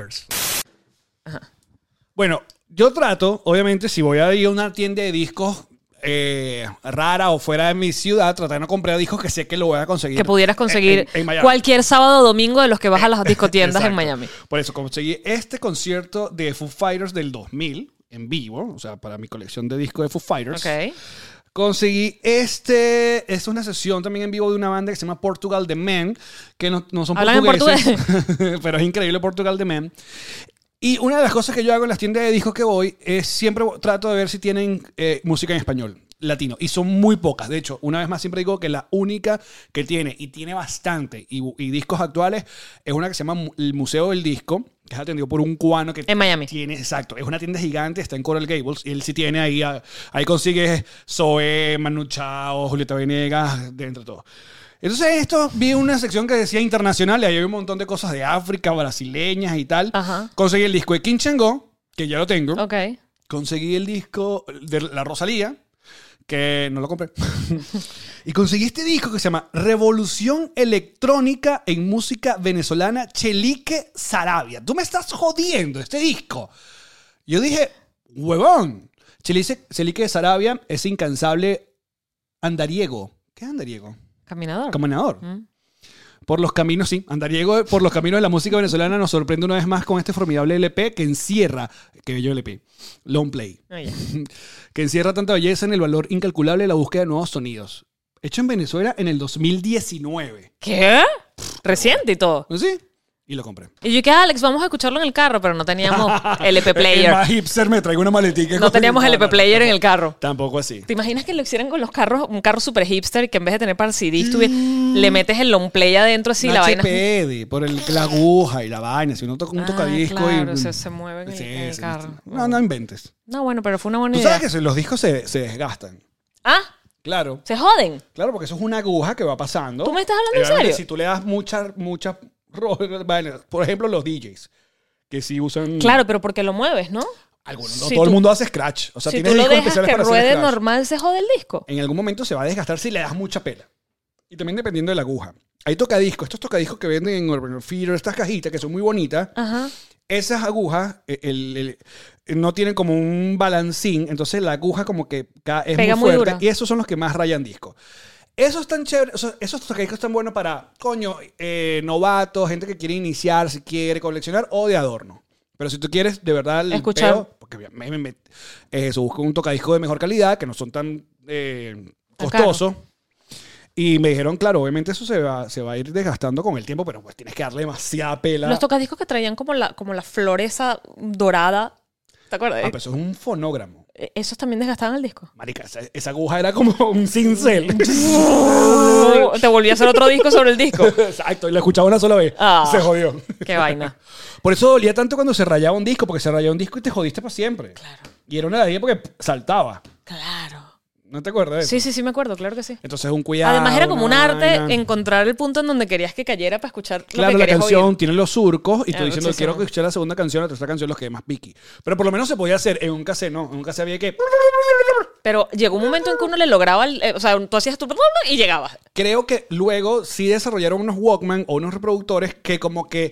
Bueno, yo trato, obviamente, si voy a ir a una tienda de discos eh, rara o fuera de mi ciudad, tratar de no comprar discos que sé que lo voy a conseguir.
Que pudieras
en-
conseguir
en- en Miami.
cualquier sábado o domingo de los que vas a las discotiendas en
Exacto.
Miami.
Por eso conseguí este concierto de Foo Fighters del 2000 en vivo, o sea, para mi colección de discos de Foo Fighters.
Ok.
Conseguí este, es una sesión también en vivo de una banda que se llama Portugal The Men, que no, no son
¿Hablan en
portugueses, pero es increíble Portugal The Men. Y una de las cosas que yo hago en las tiendas de discos que voy es siempre trato de ver si tienen eh, música en español, latino. Y son muy pocas. De hecho, una vez más siempre digo que la única que tiene, y tiene bastante, y, y discos actuales, es una que se llama Mu- el Museo del Disco, que es atendido por un cubano que...
En Miami.
Tiene, exacto. Es una tienda gigante, está en Coral Gables. Y él sí tiene ahí, a- ahí consigues Zoe, Manu Chao, Julieta Venegas, de entre todos. Entonces, esto vi una sección que decía internacional, y ahí había un montón de cosas de África, brasileñas y tal.
Ajá.
Conseguí el disco de King Chango, que ya lo tengo.
Ok.
Conseguí el disco de La Rosalía, que no lo compré. y conseguí este disco que se llama Revolución Electrónica en Música Venezolana, Chelique Sarabia. Tú me estás jodiendo este disco. Yo dije, huevón. Chelice- Chelique Sarabia es incansable andariego. ¿Qué es andariego?
Caminador.
Caminador.
Mm.
Por los caminos, sí. Andariego por los caminos de la música venezolana nos sorprende una vez más con este formidable LP que encierra, que bello LP, Long Play,
Ah, ya.
que encierra tanta belleza en el valor incalculable de la búsqueda de nuevos sonidos. Hecho en Venezuela en el 2019.
¿Qué? Reciente y todo.
¿No es así? Y lo compré.
Y yo dije, "Ah, Alex, vamos a escucharlo en el carro, pero no teníamos LP
Eh, El
player.
más hipster me traigo una maletica.
No teníamos LP player en el carro.
Tampoco así.
¿Te imaginas que lo hicieran con los carros, un carro super hipster que en vez de tener para CD, estuvi-
Mm.
le metes el long play adentro así,
Una
la vaina.
HPD, por el, la aguja y la vaina. Si uno toca un
Ah,
tocadisco
claro,
y.
se- se mueve en el- en el carro.
No, no inventes.
No, bueno, pero fue una buena
Tú
idea.
sabes que se- los discos se, se desgastan.
Ah,
Claro.
se joden.
Claro, porque eso es una aguja que va pasando.
¿Tú me estás hablando en
Obviamente,
serio?
Si tú le das muchas, muchas. ro- vainas. Por ejemplo, los DJs. Que sí usan.
Claro, pero porque lo mueves, ¿no?
Algunos, no
Si
todo el
tú-
mundo hace scratch. O sea,
si
tienes
tú lo
discos
dejas
especiales
que
para hacer
ruede
scratch.
normal, se jode el disco.
En algún momento se va a desgastar si le das mucha pela. Y también dependiendo de la aguja. Hay tocadiscos, estos tocadiscos que venden en Urban Feeder, estas cajitas que son muy bonitas.
Ajá.
Esas agujas eh, el- el- no tienen como un balancín, entonces la aguja como que ca- es
Pega
muy
muy
fuerte.
dura.
y esos son los que más rayan discos. Esos están chéveres, o sea, esos tocadiscos están buenos para, coño, eh, novatos, gente que quiere iniciar, si quiere coleccionar o de adorno. Pero si tú quieres de verdad el
Escuchar.
peo, porque me- me- me- eh, se busca un tocadisco de mejor calidad, que no son tan eh,
Tan caro.
costosos. Y me dijeron, claro, obviamente eso se va, se va a ir desgastando con el tiempo, pero pues tienes que darle demasiada pela.
Los tocadiscos que traían como la, como la floreza dorada. ¿Te acuerdas?
Ah, pero eso es un fonógramo.
Eh, Esos también desgastaban el disco.
Marica, esa, esa aguja era como un cincel.
Te volví a hacer otro disco sobre el disco.
Exacto, y la escuchaba una sola vez.
Ah.
Se jodió.
Qué vaina.
Por eso dolía tanto cuando se rayaba un disco, porque se rayaba un disco y te jodiste para siempre. Claro. Y era una ladilla porque saltaba.
Claro.
¿No te acuerdas de eso?
Sí, sí, sí, me acuerdo, claro que sí.
Entonces un cuidado.
Además era como un
una
arte
vaina.
encontrar el punto en donde querías que cayera para escuchar lo
Claro,
que
la
querías
canción
oír.
tiene los surcos y tú
Ah,
diciendo
muchísimo.
quiero que escuché la segunda canción, la tercera canción, los que más piqui. Pero por lo menos se podía hacer en un cassette, no, en un cassette había que...
Pero llegó un momento en que uno le lograba, el- eh, o sea, tú hacías tu y llegabas.
Creo que luego sí desarrollaron unos Walkman o unos reproductores que como que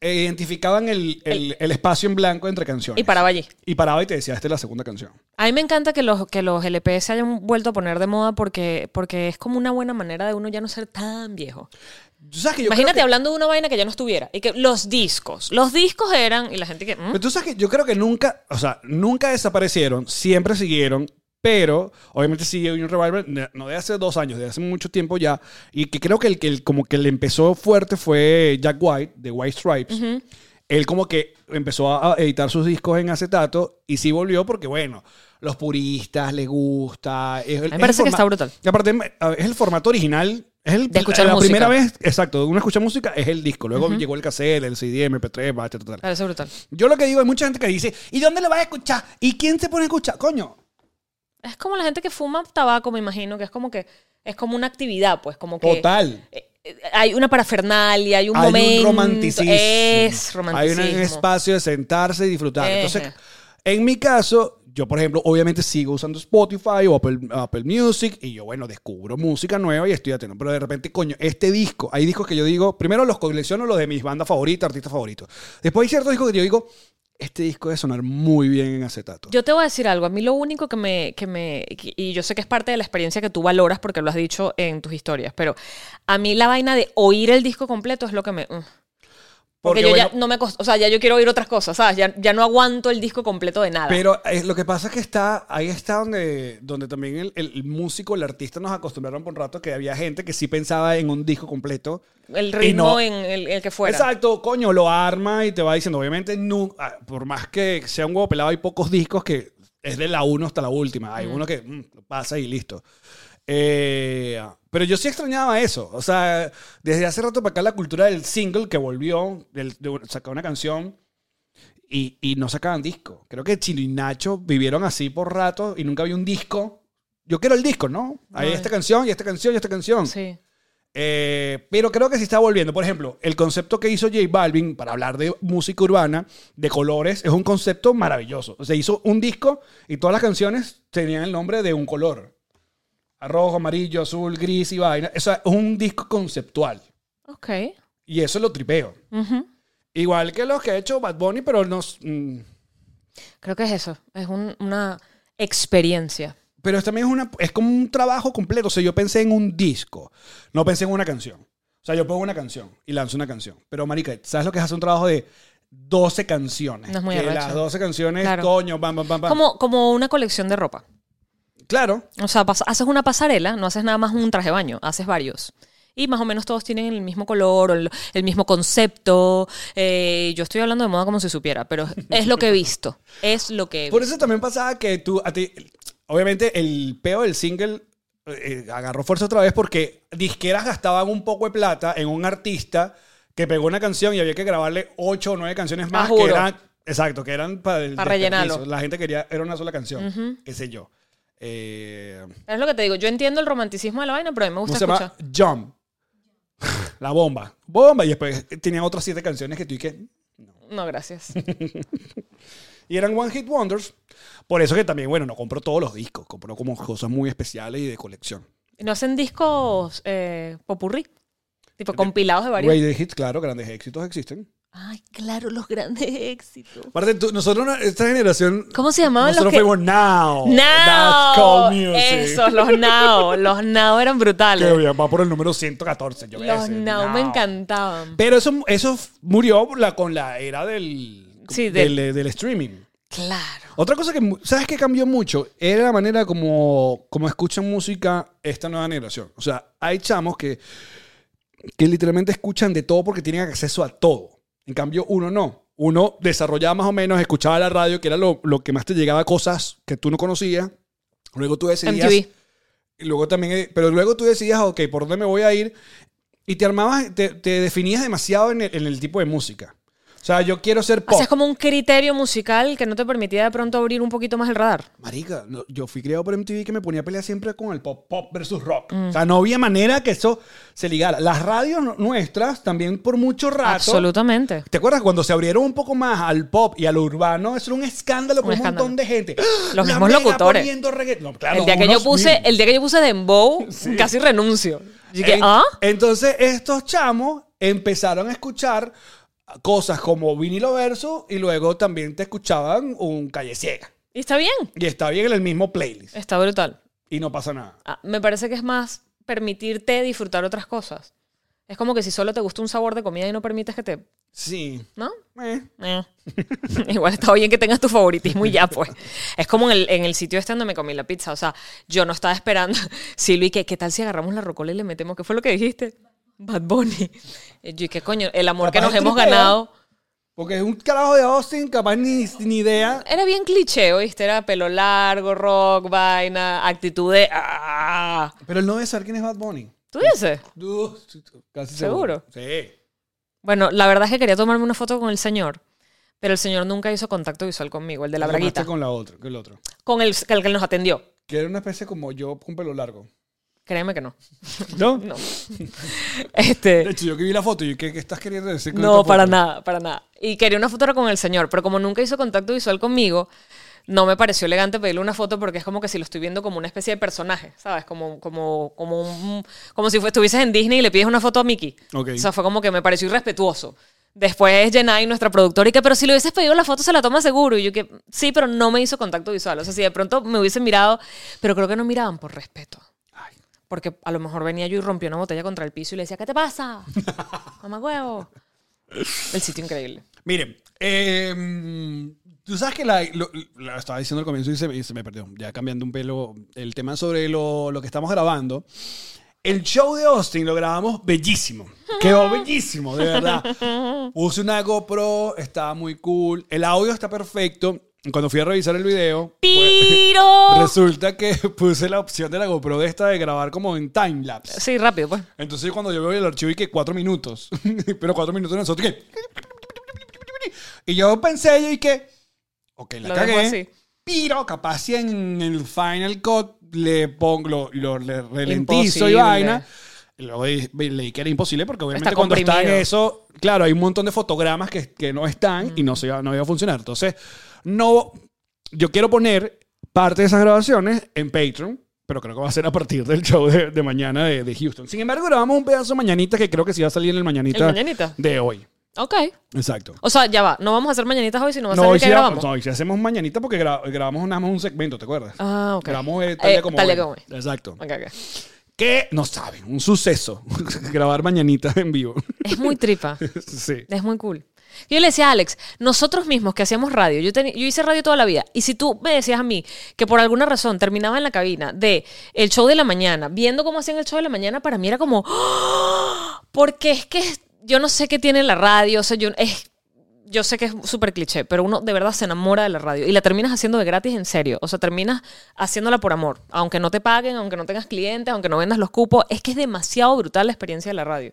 eh, identificaban el, el- el espacio en blanco entre canciones.
Y paraba allí.
Y paraba y te decía, esta es la segunda canción.
A mí me encanta que los, que los LP se hayan vuelto a poner de moda porque, porque es como una buena manera de uno ya no ser tan viejo.
¿Tú sabes que yo creo
Imagínate
que-
hablando de una vaina que ya no estuviera. Y que los discos. Los discos eran. Y la gente que. ¿Mm?
Pero tú sabes que yo creo que nunca, o sea, nunca desaparecieron, siempre siguieron, pero obviamente sigue un revival, de- no de hace dos años, de hace mucho tiempo ya, y que creo que el que el- como que le empezó fuerte fue Jack White, de White Stripes. Él como que empezó a a editar sus discos en acetato y sí volvió porque, bueno, los puristas les gusta. es el- es el
parece que
forma-
está brutal.
Y aparte, a ver, es el formato original. Es el,
De escuchar
la
música.
primera vez, exacto, uno escucha música, es el disco. Luego llegó el cassette, el CD, MP3, va, tal, tal, tal.
Parece brutal.
Yo lo que digo, hay mucha gente que dice, ¿y dónde lo vas a escuchar? ¿Y quién se pone a escuchar? Coño.
Es como la gente que fuma tabaco, me imagino, que es como que. Es como una actividad, pues, como que.
Total.
eh, eh, Hay una parafernalia, hay un
hay
momento.
un romanticismo.
Es romanticismo.
Hay un espacio de sentarse y disfrutar.
Ejé.
Entonces, en mi caso, yo, por ejemplo, obviamente sigo usando Spotify o Apple, Apple Music y yo, bueno, descubro música nueva y estoy atento. Pero de repente, coño, este disco, hay discos que yo digo, primero los colecciono los de mis bandas favoritas, artistas favoritos. Después hay ciertos discos que yo digo, este disco debe sonar muy bien en acetato.
Yo te voy a decir algo. A mí lo único que me, que me. Y yo sé que es parte de la experiencia que tú valoras porque lo has dicho en tus historias, pero a mí la vaina de oír el disco completo es lo que me. mm. Porque, yo
bueno,
ya no me acost- o sea, ya yo quiero oír otras cosas, ¿sabes? Ya, ya no aguanto el disco completo de nada.
Pero eh, lo que pasa es que está, ahí está donde, donde también el, el músico, el artista nos acostumbraron por un rato que había gente que sí pensaba en un disco completo.
el
y
ritmo
no-
en el, el que fuera.
Exacto, coño, lo arma y te va diciendo, obviamente, nu- ah, por más que sea un huevo pelado, hay pocos discos que es de la 1 hasta la última. Hay uno que mm, lo pasa y listo. Eh, pero yo sí extrañaba eso. O sea, desde hace rato para acá la cultura del single que volvió, del, de sacar una canción y, y no sacaban disco. Creo que Chino y Nacho vivieron así por rato y nunca había un disco. Yo quiero el disco, ¿no? Hay
Ay.
esta canción y esta canción y esta canción.
Sí.
Eh, pero creo que sí está volviendo. Por ejemplo, el concepto que hizo J Balvin para hablar de música urbana, de colores, es un concepto maravilloso. Se hizo un disco y todas las canciones tenían el nombre de un color. A Rojo, amarillo, azul, gris y vaina. O sea, es un disco conceptual.
Ok.
Y eso lo tripeo.
Ujú.
Igual que los que ha hecho Bad Bunny, pero nos... mm,
Creo que es eso. Es un- una experiencia.
Pero es también es, una, es como un trabajo completo. O sea, yo pensé en un disco, no pensé en una canción. O sea, yo pongo una canción y lanzo una canción. Pero, marica, ¿sabes lo que es hacer un trabajo de 12 canciones?
No es muy
que
arrecho.
las 12 canciones,
Claro.
coño, bam, bam, bam, bam.
Como, como una colección de ropa.
Claro.
O sea, pas- haces una pasarela, no haces nada más un traje de baño, haces varios. y más o menos todos tienen el mismo color o el, el mismo concepto. Eh, yo estoy hablando de moda como si supiera, pero es lo que he visto. Es lo que he
Por
visto.
eso también pasaba que tú, a ti, obviamente el peo del single eh, agarró fuerza otra vez porque disqueras gastaban un poco de plata en un artista que pegó una canción y había que grabarle ocho o nueve canciones más que
juro.
eran, exacto, que eran para el
Para rellenarlo.
desperdicio. La gente quería, era una sola canción, qué sé yo. Eh,
Es lo que te digo. Yo entiendo el romanticismo de la vaina, pero a mí me
¿Cómo
gusta
se
escuchar.
llama? Jump. La bomba. Bomba. Y después tenían otras siete canciones que tú y que...
No, gracias.
Y eran One Hit Wonders. Por eso que también, bueno, no compro todos los discos. Compro como cosas muy especiales y de colección.
¿No hacen discos eh, popurrí? Tipo compilados de varios.
Great hits, claro, grandes éxitos existen.
Ay, claro, los grandes éxitos.
Aparte, tú- nosotros, no- esta generación...
¿Cómo se llamaban los
Nosotros
que-
fuimos Now. Oh, That's
¡Now!
called music.
Esos, los Now. Los Now eran
Que
brutales.
bien, va por el número 114, yo qué
Los
sé,
Now me encantaban.
Pero eso, eso murió la- con la era del,
Sí,
del,
del-
del streaming.
Claro.
Otra cosa que, mu- ¿sabes qué cambió mucho? Era la manera como, como escuchan música esta nueva generación. O sea, hay chamos que, que literalmente escuchan de todo porque tienen acceso a todo. En cambio, uno no. Uno desarrollaba más o menos, escuchaba la radio, que era lo, lo que más te llegaba cosas que tú no conocías. Luego tú decidías...
MTV.
Y luego también, eh, pero luego tú decías, ok, ¿por dónde me voy a ir? Y te armabas, te, te definías demasiado en el, en el tipo de música. O sea, yo quiero ser pop.
Hacías como un criterio musical que no te permitía de pronto abrir un poquito más el radar.
Marica, no, yo fui criado por MTV que me ponía a pelear siempre con el pop, pop versus rock.
Mm.
O sea, no había manera que eso se ligara. Las radios no- nuestras también por mucho rato.
Absolutamente.
¿Te acuerdas cuando se abrieron un poco más al pop y al urbano? Eso era un escándalo con un,
Un escándalo.
montón de gente.
Los
La
mismos
Mega
locutores.
poniendo reggae- No, claro,
El día, que yo
unos
puse,
mil.
el día que yo puse Dembow, casi renuncio. Y que,
En-
¿ah?
Entonces, estos chamos empezaron a escuchar cosas como vinilo verso y luego también te escuchaban un calle ciega.
Y está bien.
Y está bien en el mismo playlist.
Está brutal.
Y no pasa nada.
Ah, me parece que es más permitirte disfrutar otras cosas. Es como que si solo te gusta un sabor de comida y no permites que te...
Sí.
¿No?
Eh.
Eh. Igual está bien que tengas tu favoritismo y ya, pues. Es como en el, en el sitio este donde me comí la pizza. O sea, yo no estaba esperando. Silvi, ¿qué, ¿qué tal si agarramos la rocola y le metemos? ¿Qué fue lo que dijiste? Bad Bunny. Y Yo, ¿y ¿qué coño? El amor que
Capaz
nos hemos
tripea.
ganado.
Porque es un carajo de Austin, capaz ni, ni idea.
Era bien cliché, ¿oíste? Era pelo largo, rock, vaina, actitud de... ¡Ah!
Pero él no debe saber quién es Bad Bunny.
¿Tú dices?
Du- Casi
¿Seguro?
Sí.
Bueno, la verdad es que quería tomarme una foto con el señor, pero el señor nunca hizo contacto visual conmigo, el de la
Lo
braguita,
tomaste
con,
con la otra, con el otro.
el, el que nos atendió.
Que era una especie como yo con pelo largo.
Créeme que no.
¿No?
No.
De
Este,
hecho, yo que vi la foto y que ¿qué estás queriendo decir con
no,
esta
para
foto?
nada, para nada. Y quería una foto era con el señor, pero como nunca hizo contacto visual conmigo, no me pareció elegante pedirle una foto porque es como que si lo estoy viendo como una especie de personaje, ¿sabes? Como, como, como, un- como si fue- estuvieses en Disney y le pides una foto a Mickey.
Ok.
O sea, fue como que me pareció irrespetuoso. Después Jenai, nuestra productora, y que, pero si le hubieses pedido la foto, se la toma seguro. Y yo que, sí, pero no me hizo contacto visual. O sea, si de pronto me hubiesen mirado, pero creo que no miraban por respeto. Porque a lo mejor venía yo y rompió una botella contra el piso y le decía, ¿qué te pasa? Mamá huevo. El sitio increíble.
Miren, eh, tú sabes que la, lo, la estaba diciendo al comienzo y se, me- y se me perdió, ya cambiando un pelo el tema sobre lo, lo que estamos grabando. El show de Austin lo grabamos bellísimo. Quedó bellísimo, de verdad. Puse una GoPro, estaba muy cool. El audio está perfecto. Cuando fui a revisar el video, pues,
¡Tiro!
resulta que puse la opción de la GoPro de esta de grabar como en timelapse.
Sí, rápido, pues.
Entonces cuando yo veo el archivo y que cuatro minutos, pero cuatro minutos nosotros que... Y yo pensé yo y que... Ok, la
Lo dejo
cagué.
así.
Pero capaz si en el Final Cut le pongo, lo, lo- le ralentizo y
Imposible.
vaina. Y Luego di- leí que era imposible porque obviamente
Está
cuando está en
comprimido.
eso, claro, hay un montón de fotogramas que, que no están y no, se iba, no iba a funcionar. Entonces, no, yo quiero poner parte de esas grabaciones en Patreon, pero creo que va a ser a partir del show de, de mañana de, de Houston. Sin embargo, grabamos un pedazo mañanita que creo que sí va a salir en el mañanita,
¿El mañanita?
de hoy.
Ok.
Exacto.
O sea, ya va. No vamos a hacer mañanitas hoy, sino va a
No,
ser
hoy
el que
sí,
grabamos.
no, hoy sí hacemos mañanita porque gra- grabamos nada más un segmento, ¿te acuerdas?
Ah, ok.
Grabamos eh, tal día
Eh,
como,
tal
hoy.
día como hoy.
Exacto.
Ok, ok.
Que no saben, un suceso. Grabar mañanita en vivo.
Es muy tripa.
sí.
Es muy cool. Yo le decía a Alex, nosotros mismos que hacíamos radio, yo, teni- yo hice radio toda la vida, y si tú me decías a mí que por alguna razón terminaba en la cabina de el show de la mañana, viendo cómo hacían el show de la mañana, para mí era como, ¡Ah! porque es que yo no sé qué tiene la radio, o sea, yo, es, yo sé que es súper cliché, pero uno de verdad se enamora de la radio y la terminas haciendo de gratis en serio. O sea, terminas haciéndola por amor. Aunque no te paguen, aunque no tengas clientes, aunque no vendas los cupos, es que es demasiado brutal la experiencia de la radio.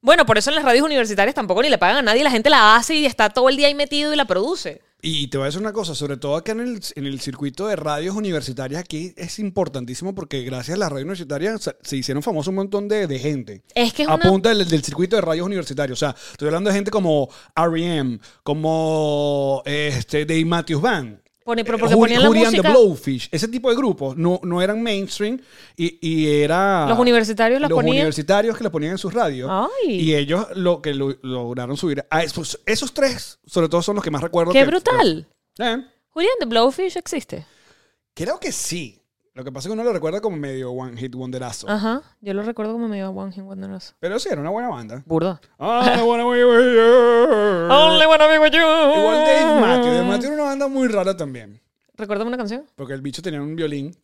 Bueno, por eso en las radios universitarias tampoco ni le pagan a nadie, la gente la hace y está todo el día ahí metido y la produce.
Y te voy a decir una cosa, sobre todo acá en el, en el circuito de radios universitarias, aquí es importantísimo porque gracias a las radios universitarias se- se hicieron famosos un montón de, de gente.
Es que es una-
Apunta del, del circuito de radios universitarios. O sea, estoy hablando de gente como R.E.M., como este, Dave Matthews Band.
Pone- pero
eh,
porque
Hootie-
ponían la
Hootie and
música-
the Blowfish. Ese tipo de grupos no, no eran mainstream y, y era...
Los universitarios los ponían. Ah,
universitarios que los ponían en sus radios.
Ay.
Y ellos lo que lo- lograron subir... a esos, esos tres, sobre todo, son los que más recuerdo.
¡Qué
que-
brutal!
eh,
Julián, The Blowfish existe.
creo que sí. Lo que pasa es que uno lo recuerda como medio One Hit Wonderazo.
Ajá, yo lo recuerdo como medio One Hit Wonderazo.
Pero sí, era una buena banda.
Burda.
I wanna be with you.
Only wanna be with you.
Igual Dave Matthews. Dave Matthews era una banda muy rara también.
Recuérdame una canción.
Porque el bicho tenía un violín.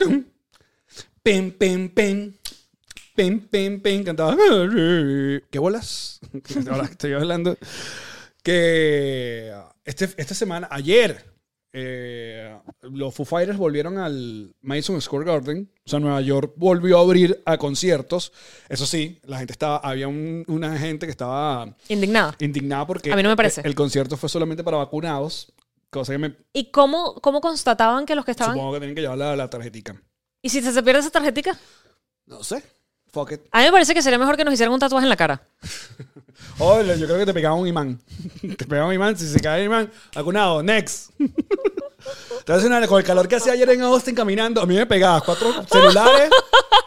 Pim, pim, pim. Pim, pim, pim. Cantaba. ¿Qué bolas? Ahora estoy hablando. Que este, esta semana, ayer, eh, los Foo Fighters volvieron al Madison Square Garden. O sea, Nueva York volvió a abrir a conciertos. Eso sí, la gente estaba. Había un- una gente que estaba
Indignada.
indignada porque
A mí no me parece.
El, el concierto fue solamente para vacunados. Cosa que me
¿Y cómo, cómo constataban que los que estaban...
supongo que tienen que llevar la, la tarjetica.
¿Y si se, se pierde esa tarjetica?
No sé. Fuck it.
A mí me parece que sería mejor que nos hicieran un tatuaje en la cara.
Oh, yo creo que te pegaba un imán. te pegaba un imán. Si se cae el imán, vacunado. Next. Entonces, una, con el calor que hacía ayer en Austin caminando, a mí me pegaba cuatro celulares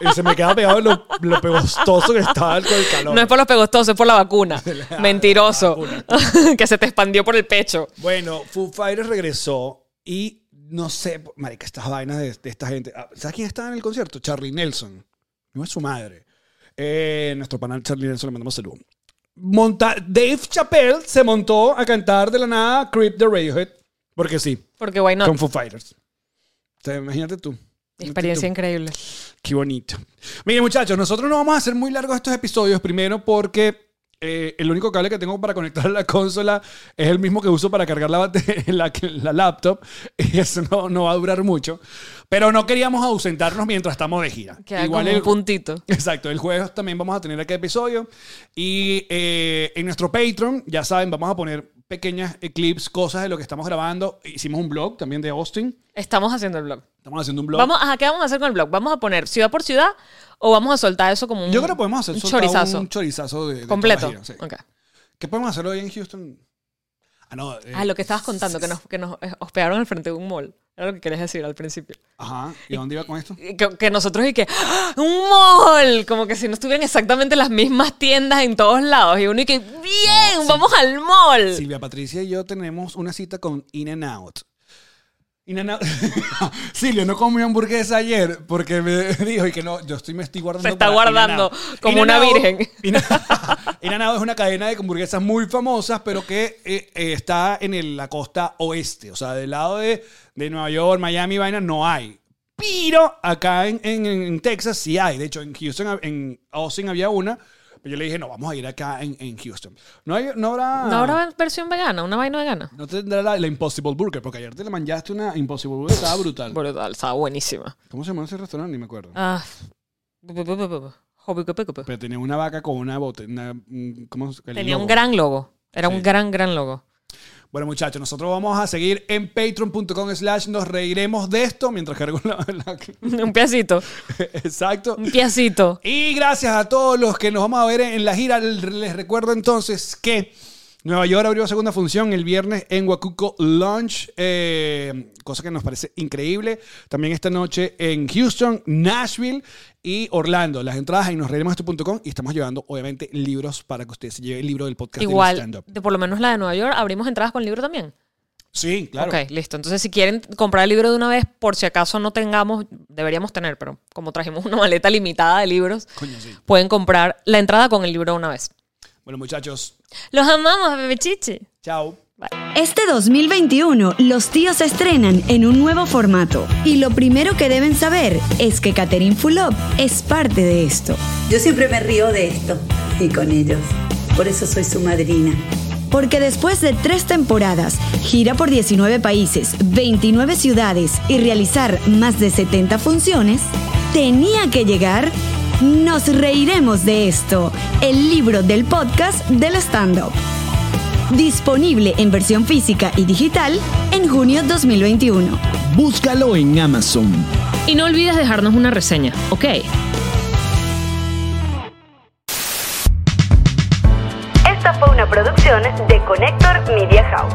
y se me quedaba pegado lo, lo pegostoso que estaba con el calor.
No es por los pegostosos, es por la vacuna. Mentiroso. que se te expandió por el pecho.
Bueno, Foo Fighters regresó y no sé, marica, estas vainas de, de esta gente. Ah, ¿Sabes quién estaba en el concierto? Charlie Nelson. No es su madre. Eh, nuestro panel Charlie Nelson le mandamos salud. Monta- Dave Chappelle se montó a cantar de la nada Creep de Radiohead. Porque sí,
Porque why not?
con Foo Fighters. O sea, imagínate tú.
Experiencia
Imagínate
increíble.
tú. Qué bonito. Miren, muchachos, nosotros no vamos a hacer muy largos estos episodios. Primero, porque eh, el único cable que tengo para conectar a la consola es el mismo que uso para cargar la, bate- la, la laptop. Y eso no, no va a durar mucho. Pero no queríamos ausentarnos mientras estamos de gira.
Queda como un
el-
puntito.
Exacto, el jueves también vamos a tener aquel episodio. Y eh, en nuestro Patreon, ya saben, vamos a poner pequeñas eh, clips, cosas de lo que estamos grabando. Hicimos un blog también de Austin.
Estamos haciendo el blog.
Estamos haciendo un blog.
Vamos, ajá, ¿Qué vamos a hacer con el blog? ¿Vamos a poner ciudad por ciudad o vamos a soltar eso como un,
Yo creo que podemos hacer
un
soltado
chorizazo?
un chorizazo de, de
completo.
toda la gira, sí.
Ok.
¿Qué podemos hacer hoy en Houston? Ah, no. eh,
Ah, lo que estabas contando, que nos, que nos eh, hospedaron al frente de un mall. Era lo que querías decir al principio.
Ajá. ¿Y a dónde iba con esto?
eh, que, que nosotros y que ¡ah! un mall como que si no estuvieran exactamente las mismas tiendas en todos lados y uno y que bien vamos al mall
Silvia Patricia y yo tenemos una cita con In and Out. In and Out. Silvio, no comí hamburguesa ayer porque me dijo y que no, yo estoy me estoy guardando.
Se está
para
guardando
In and Out.
como
In and
una
Out-
virgen.
In, In and Out es una cadena de hamburguesas muy famosas, pero que eh, eh, está en el- la costa oeste. O sea, del lado de, de Nueva York, Miami, vaina, no hay. Pero acá en, en- en Texas sí hay. De hecho, en Houston, en Austin había una. Pero yo le dije, no, vamos a ir acá en, en Houston. No, hay- no habrá.
no habrá versión vegana una vaina vegana
No tendrá la, la Impossible Burger, porque ayer te le mandaste una Impossible Burger, estaba brutal.
brutal estaba buenísima
¿Cómo se llama ese restaurante? Ni me acuerdo.
ah bu- bu- bu- bu- bu- bu- hobby cup- cup- cup.
Pero tenía una vaca con una bote. una- mm, ¿cómo se- el
tenía
logo.
un gran logo era
Sí.
un gran gran logo
Bueno, muchachos, nosotros vamos a seguir en patreon.com slash nos reiremos de esto mientras cargo la... la-
un piacito
Exacto.
un piacito
Y gracias a todos los que nos vamos a ver en la gira. Les recuerdo entonces que Nueva York abrió segunda función el viernes en Huacuco Lunch, eh, cosa que nos parece increíble. También esta noche en Houston, Nashville y Orlando. Las entradas en nosreiremosdeesto.com y estamos llevando, obviamente, libros para que usted se lleve el libro del podcast del
igual
stand-up.
de por lo menos la de Nueva York abrimos entradas con libro también
Sí, claro.
Ok, listo. Entonces, si quieren comprar el libro de una vez, por si acaso no tengamos, deberíamos tener, pero como trajimos una maleta limitada de libros,
Coño, sí.
pueden comprar la entrada con el libro de una vez.
Bueno, muchachos,
Los amamos, bebé chichi.
chao.
Este 2021, los tíos se estrenan en un nuevo formato. Y lo primero que deben saber es que Catherine Fulop es parte de esto.
Yo siempre me río de esto y con ellos. Por eso soy su madrina.
Porque después de tres temporadas, gira por 19 países, 29 ciudades y realizar más de 70 funciones, tenía que llegar Nos Reiremos de esto, el libro del podcast del stand-up. Disponible en versión física y digital en junio 2021.
Búscalo en Amazon.
Y no olvides dejarnos una reseña, ¿ok?
Esta fue una producción de Connector Media House.